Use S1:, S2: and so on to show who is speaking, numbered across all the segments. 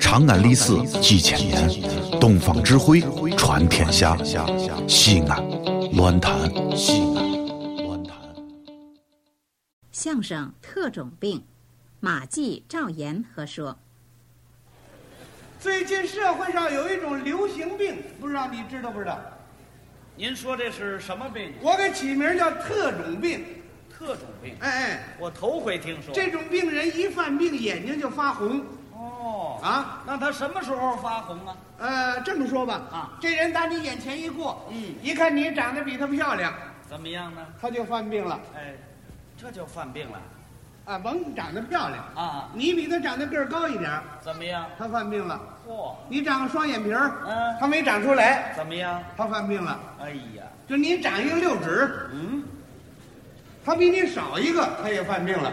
S1: 长安历史几千年，东方智慧传天下。西安，乱谈西安，乱谈。
S2: 相声特种兵，马季、赵岩和说。
S3: 最近社会上有一种流行病，不知道你知道不知道？
S4: 您说这是什么病？
S3: 我给起名叫特种病。
S4: 特种病？
S3: 哎哎，
S4: 我头回听说。
S3: 这种病人一犯病眼睛就发红。
S4: 哦
S3: 啊，
S4: 那他什么时候发红啊？
S3: 呃，这么说吧，
S4: 啊
S3: 这人打你眼前一过，
S4: 嗯
S3: 一看你长得比他漂亮，
S4: 怎么样呢？
S3: 他就犯病了。
S4: 哎，这就犯病了
S3: 啊，甭长得漂亮，
S4: 啊？
S3: 你比他长得个儿高一点儿，
S4: 怎么样？
S3: 他犯病了。
S4: 嚯、
S3: 你长个双眼皮儿，
S4: 嗯
S3: 他没长出来，
S4: 怎么样？
S3: 他犯病了。
S4: 哎呀，
S3: 就你长一个六指，
S4: 嗯，
S3: 他比你少一个，他也犯病了。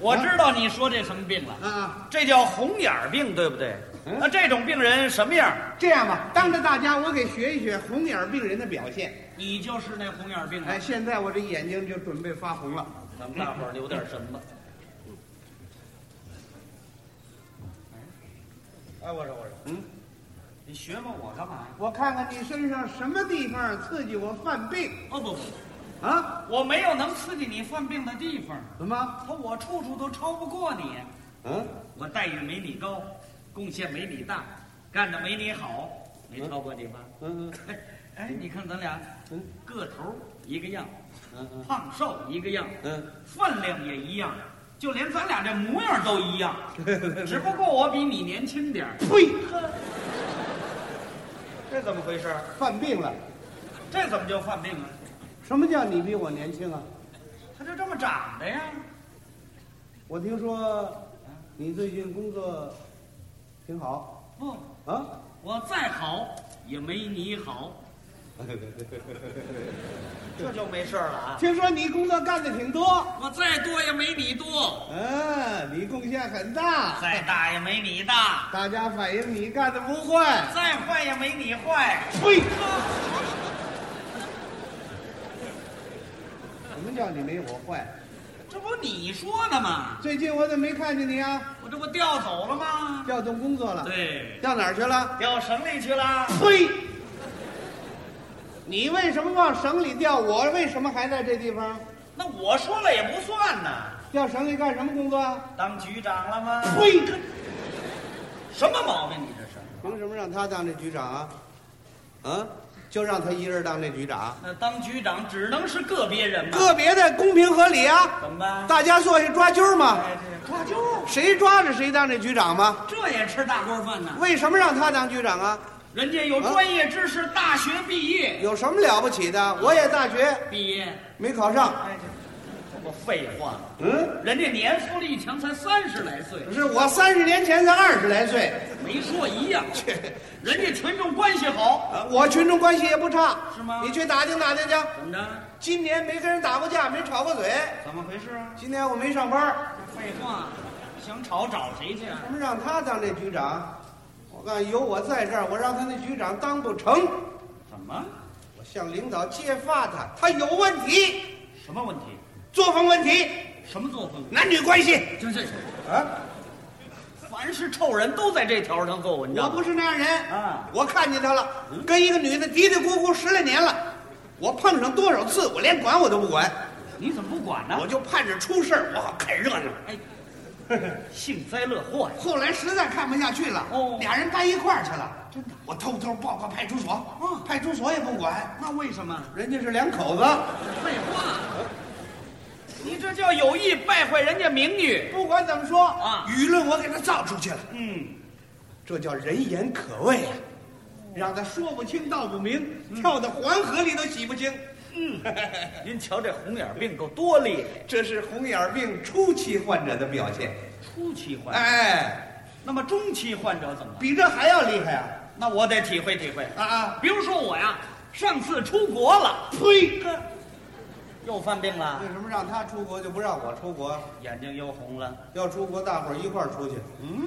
S4: 我知道你说这什么病了，
S3: 啊，
S4: 这叫红眼儿病，对不对？
S3: 嗯
S4: 那这种病人什么样？
S3: 这样吧，当着大家，我给学一学红眼儿病人的表现。
S4: 你就是那红眼儿病啊
S3: 哎，
S4: 人。
S3: 现在我这眼睛就准备发红了。
S4: 咱们大伙儿留点神吧。哎，我说我说，
S3: 嗯，
S4: 你学吧我干嘛呀？
S3: 我看看你身上什么地方刺激我犯病
S4: 哦不不，
S3: 啊？
S4: 我没有能刺激你犯病的地方，
S3: 怎么？
S4: 可我处处都超不过你，
S3: 嗯，
S4: 我待遇没你高，贡献没你大，干的没你好，没超过你吧？
S3: 嗯
S4: 哎哎，你看咱俩
S3: 嗯
S4: 个头一个样，
S3: 嗯嗯
S4: 胖瘦一个样，
S3: 嗯，
S4: 分量也一样，就连咱俩这模样都 一样，只不过我比你年轻点儿。
S3: 呸！
S4: 这怎么回事？
S3: 犯病了。
S4: 这怎么就犯病了？
S3: 什么叫你比我年轻啊？
S4: 他就这么长的呀？
S3: 我听说你最近工作挺好
S4: 不，
S3: 啊？
S4: 我再好也没你好，这就没事儿了啊！
S3: 听说你工作干的挺多，
S4: 我再多也没你多，
S3: 嗯、你贡献很大，
S4: 再大也没你大，
S3: 大家反映你干的不坏。
S4: 再坏也没你坏。
S3: 呸！什么叫你没我坏？
S4: 这不你说的吗？
S3: 最近我怎么没看见你啊？
S4: 我这不调走了吗？
S3: 调动工作了，
S4: 对，
S3: 调哪儿去了？
S4: 调省里去了。
S3: 呸！你为什么往省里调？我为什么还在这地方？
S4: 那我说了也不算呐，
S3: 调省里干什么工作啊？
S4: 当局长了吗？
S3: 呸！
S4: 什么毛病？你这是？
S3: 凭什么让他当这局长啊？啊，就让他一人当这局长？啊
S4: 那当局长只能是个别人嘛？
S3: 个别的公平合理啊，
S4: 怎么办？
S3: 大家坐下抓阄嘛，
S4: 哎，这抓阄，
S3: 谁抓着谁当这局长嘛？
S4: 这也吃大锅饭呢。
S3: 为什么让他当局长啊？
S4: 人家有专业知识，大学毕业，
S3: 有什么了不起的？我也大学
S4: 毕业，
S3: 没考上，
S4: 哎，这这不废话吗？
S3: 嗯，
S4: 人家年富力强，才三十来岁，
S3: 是我三十年前才二十来岁，
S4: 没说一 样。
S3: 切
S4: 人家群众关系好，
S3: 呃我群众关系也不差，
S4: 啊是吗
S3: 你去打听打听去，
S4: 怎么着？
S3: 今年没跟人打过架，没吵过嘴，
S4: 怎么回事啊？
S3: 今天我没上班，
S4: 废话，想吵找谁去啊？
S3: 什么让他当这局长？我告诉你，有我在这儿，我让他那局长当不成，
S4: 怎么？
S3: 我向领导揭发他，他有问题，
S4: 什么问题？
S3: 作风问题，
S4: 什么作风？
S3: 男女关系
S4: 这这，
S3: 啊，
S4: 凡是臭人都在这条上做文章。
S3: 我不是那样人
S4: 啊嗯
S3: 我看见他了，跟一个女的嘀嘀咕咕十来年了，我碰上多少次，我连管我都不管，
S4: 你怎么不管呢？
S3: 我就盼着出事儿，我好看热闹。
S4: 哎，幸灾乐祸呀！
S3: 后来实在看不下去了，
S4: 哦
S3: 俩人搬一块儿去了，真的。我偷偷报告派出所，
S4: 嗯
S3: 派出所也不管，
S4: 那为什么？
S3: 人家是两口子，
S4: 哦废话，你这叫有意败坏人家名誉。
S3: 不管怎么说
S4: 啊
S3: 舆论我给他造出去了，
S4: 嗯，哦
S3: 这叫人言可畏啊，让他说不清道不明，
S4: 嗯
S3: 跳到黄河里都洗不清。
S4: 您瞧这红眼病够多厉害，
S3: 这是红眼病初期患者的表现，
S4: 初期患者，
S3: 哎，
S4: 那么中期患者怎么办？
S3: 比这还要厉害啊！
S4: 那我得体会体会。
S3: 啊啊，
S4: 比如说我呀，上次出国了，
S3: 呸！
S4: 又犯病了，
S3: 为什么让他出国就不让我出国？
S4: 眼睛又红了。
S3: 嗯要出国，大伙儿一块儿出去。
S4: 嗯，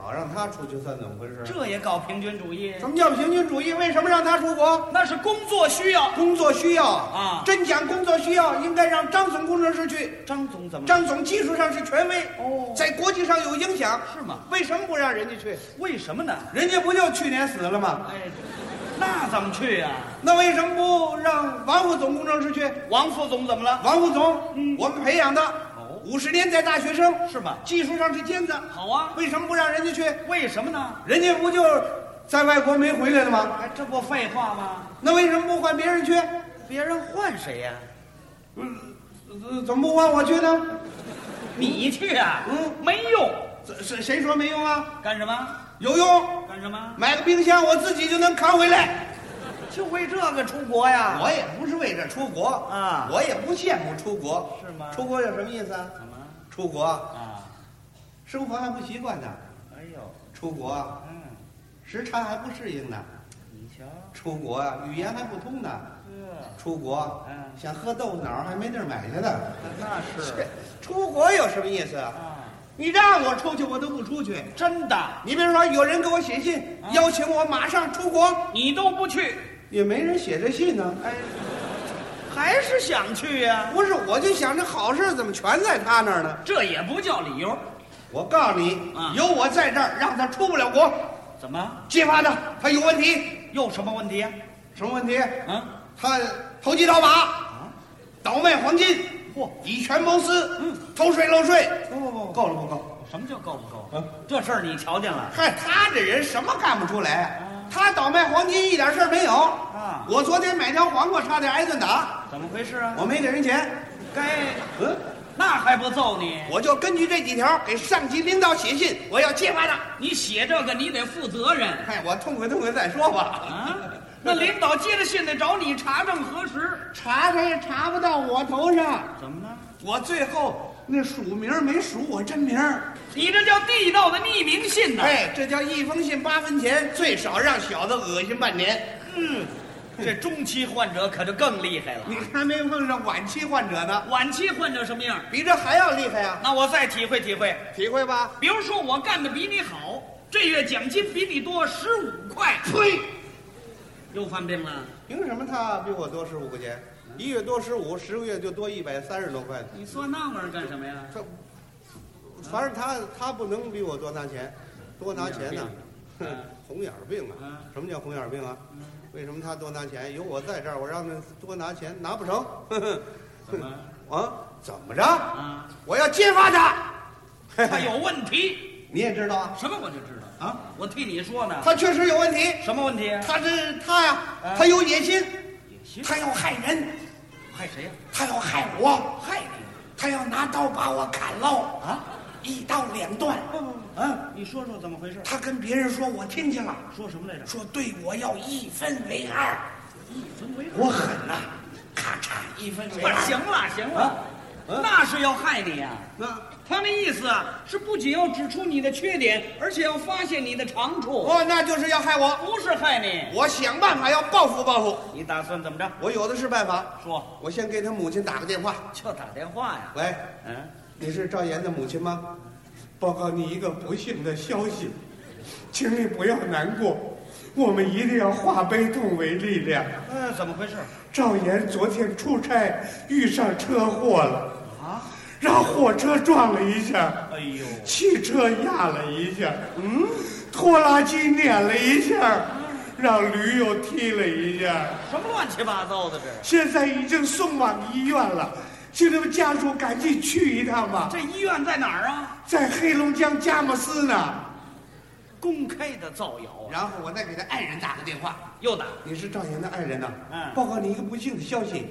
S3: 老让他出去算怎么回事？
S4: 这也搞平均主义？
S3: 什么叫平均主义？为什么让他出国？
S4: 那是工作需要。
S3: 工作需要
S4: 啊
S3: 真讲工作需要，应该让张总工程师去。
S4: 张总怎么？
S3: 张总技术上是权威，
S4: 哦
S3: 在国际上有影响，
S4: 是吗？
S3: 为什么不让人家去？
S4: 为什么呢？
S3: 人家不就去年死了吗？
S4: 哎，那怎么去呀、
S3: 那为什么不让王副总工程师去？
S4: 王副总怎么了？
S3: 王副总，我们培养的，五十年代大学生，
S4: 是吗
S3: 技术嗯上是尖子，
S4: 好啊，
S3: 为什么不让人家去？
S4: 为什么呢？
S3: 人家不就在外国没回来的吗？
S4: 哎，这不废话吗？
S3: 那为什么不换别人去？
S4: 别人换谁呀、
S3: 呃怎么不换我去呢？
S4: 你去啊？
S3: 嗯
S4: 没用。
S3: 这谁谁说没用啊？
S4: 干什么？
S3: 有用，
S4: 干什么？
S3: 买个冰箱我自己就能扛回来。
S4: 就为这个出国呀？
S3: 我也不是为这出国
S4: 啊
S3: 我也不羡慕出国，
S4: 是吗
S3: 出国有什么意思啊？
S4: 怎么
S3: 出国
S4: 啊？
S3: 生活还不习惯呢，
S4: 哎呦，
S3: 出国
S4: 嗯，
S3: 时差还不适应呢，
S4: 你瞧，
S3: 出国啊语言还不通呢，
S4: 这
S3: 出国
S4: 嗯
S3: 想喝豆腐脑还没地儿买去呢。
S4: 那是
S3: 出国有什么意思啊？
S4: 啊，
S3: 你让我出去我都不出去。
S4: 真的，
S3: 你比如说，有人给我写信
S4: 啊
S3: 邀请我马上出国，
S4: 你都不去，
S3: 也没人写这信呢。
S4: 哎，还是想去呀、
S3: 不是，我就想这好事怎么全在他那儿呢？
S4: 这也不叫理由。
S3: 我告诉你
S4: 啊，
S3: 有我在这儿，让他出不了国，
S4: 怎么
S3: 揭发他，他有问题。
S4: 又什么问题啊？
S3: 什么问题？
S4: 啊？
S3: 他投机倒
S4: 嗯
S3: 把，倒卖黄金，
S4: 嚯
S3: 以权谋私，
S4: 嗯
S3: 偷税漏税。
S4: 不不不，
S3: 够了不够？
S4: 什么叫够不够？
S3: 啊
S4: 这事儿你瞧见了？
S3: 嗨，他这人什么干不出来啊？他倒卖黄金一点事儿没有
S4: 啊
S3: 我昨天买条黄瓜，差点挨顿打，
S4: 怎么回事啊？
S3: 我没给人钱。
S4: 该
S3: 嗯，
S4: 那还不揍你？
S3: 我就根据这几条给上级领导写信，我要揭发他。
S4: 你写这个你得负责任
S3: 嗨，我痛快痛快再说吧。
S4: 啊！那领导接着信得找你查证核实，
S3: 查他也查不到我头上，
S4: 怎么呢？
S3: 我最后那署名没署我真名。
S4: 你这叫地道的匿名信呐！
S3: 哎，这叫一封信八分钱，最少让小子恶心半年。
S4: 嗯，这中期患者可就更厉害了。
S3: 你还没碰上晚期患者呢，
S4: 晚期患者什么样？
S3: 比这还要厉害呀、
S4: 那我再体会体会。
S3: 体会吧。
S4: 比如说我干的比你好，这月奖金比你多十五块，
S3: 呸！
S4: 又犯病了。
S3: 凭什么他比我多十五块钱？一月多十五，十个月就多一百三十多块。
S4: 你算那玩意儿干什么呀？
S3: 他，反正他他不能比我多拿钱，多拿钱呢、
S4: 红眼病
S3: 哼红眼病啊
S4: 嗯！
S3: 什么叫红眼病啊？为什么他多拿钱？有我在这儿，我让他多拿钱，拿不成。呵呵
S4: 怎么
S3: 啊？怎么着？
S4: 啊？
S3: 我要揭发他！
S4: 他有问 题，
S3: 你也知道啊？
S4: 什么我就知道，
S3: 啊，
S4: 我替你说呢。
S3: 他确实有问题。
S4: 什么问题？
S3: 他这他呀、
S4: 啊
S3: 他有嗯野心，
S4: 行
S3: 他要害人，
S4: 害谁呀、
S3: 他要害我，
S4: 害你
S3: 他要拿刀把我砍喽，
S4: 啊！
S3: 一刀两断。
S4: 不不不，啊，你说说怎么回事？
S3: 他跟别人说我听见了，
S4: 说什么来着？
S3: 说对我要一分为二，
S4: 分为
S3: 我狠呐、咔嚓一分为
S4: 我
S3: 二。
S4: 行了行了，那是要害你呀、
S3: 那
S4: 他啊那意思啊，是不仅要指出你的缺点，而且要发现你的长处，
S3: 哦，那就是要害我，
S4: 不是害你。
S3: 我想办法要报复报复，
S4: 你打算怎么着？
S3: 我有的是办法。
S4: 说，
S3: 我先给他母亲打个电话，
S4: 就打电话呀。
S3: 喂，
S4: 嗯，
S3: 你是赵岩的母亲吗？报告你一个不幸的消息，请你不要难过，我们一定要化悲痛为力量。
S4: 那嗯怎么回事？
S3: 赵岩昨天出差遇上车祸了，
S4: 啊？
S3: 让货车撞了一下，
S4: 哎呦，
S3: 汽车压了一下，嗯，拖拉机碾了一下，让驴又踢了一下，
S4: 什么乱七八糟的这？
S3: 现在已经送往医院了，请他们家属赶紧去一趟吧，
S4: 这医院在哪儿啊？
S3: 在黑龙江佳木斯呢。
S4: 公开的造谣啊！
S3: 然后我再给他爱人打个电话。
S4: 又打
S3: 你是赵岩的爱人呐、
S4: 嗯
S3: 报告你一个不幸的消息，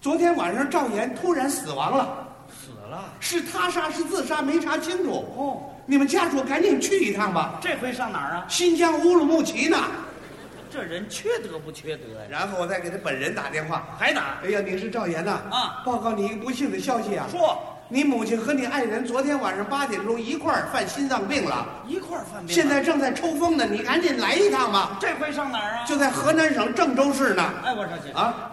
S3: 昨天晚上赵岩突然死亡了，
S4: 死了。
S3: 是他杀是自杀没查清楚。
S4: 哦，
S3: 你们家属赶紧去一趟吧，
S4: 这回上哪儿啊？
S3: 新疆乌鲁木齐呢。
S4: 这人缺德不缺德呀？
S3: 然后我再给他本人打电话。
S4: 还打？
S3: 哎呀，你是赵岩呐、
S4: 啊
S3: 报告你一个不幸的消息啊，
S4: 说
S3: 你母亲和你爱人昨天晚上八点钟一块儿犯心脏病了，
S4: 一块儿犯病。
S3: 现在正在抽风呢，你赶紧来一趟吧，
S4: 这回上哪儿啊？
S3: 就在河南省郑州市呢。
S4: 哎，我说姐，
S3: 啊。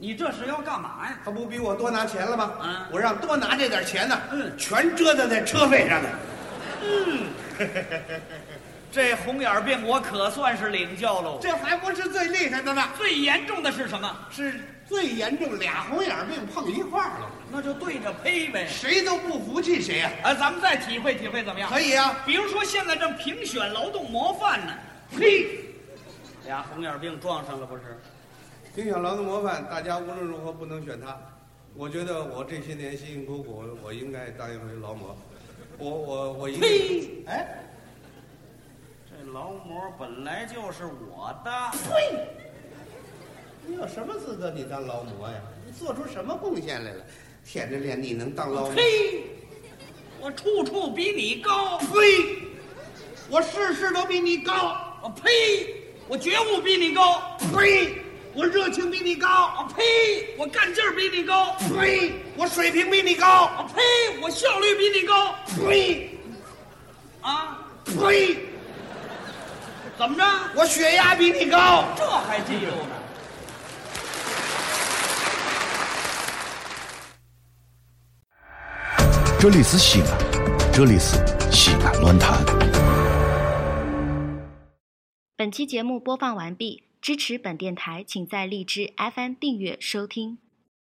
S4: 你这是要干嘛呀？
S3: 他不比我多拿钱了吗？
S4: 嗯
S3: 我让多拿这点钱呢，
S4: 嗯
S3: 全折腾在车费上呢。
S4: 嗯，这红眼病我可算是领教喽。
S3: 这还不是最厉害的呢，
S4: 最严重的是什么？
S3: 是最严重，俩红眼病碰一块儿了，
S4: 那就对着呸呗。
S3: 谁都不服气谁呀、
S4: 哎，咱们再体会体会怎么样？
S3: 可以啊，
S4: 比如说现在正评选劳动模范呢，
S3: 嘿。
S4: 俩红眼病撞上了不是？
S3: 评选劳动模范，大家无论如何不能选他。我觉得我这些年辛辛苦苦，我应该当一回劳模。我我我应该
S4: 呸！
S3: 哎，
S4: 这劳模本来就是我的，
S3: 你有什么资格你当劳模呀？你做出什么贡献来了？舔着脸你能当劳模？
S4: 呸！我处处比你高，
S3: 呸！我事事都比你高。
S4: 我啊呸！我觉悟比你高，
S3: 呸！我热情比你高。
S4: 我啊呸！我干劲儿比你高，
S3: 呸！我水平比你高。
S4: 我呸！我效率比你高
S3: 呸！
S4: 啊！
S3: 呸！
S4: 怎么着？
S3: 我血压比你高。
S4: 这还记住呢？
S1: 这里是西安，这里是西安论坛。
S5: 本期节目播放完毕，支持本电台，请在荔枝 FM 订阅收听。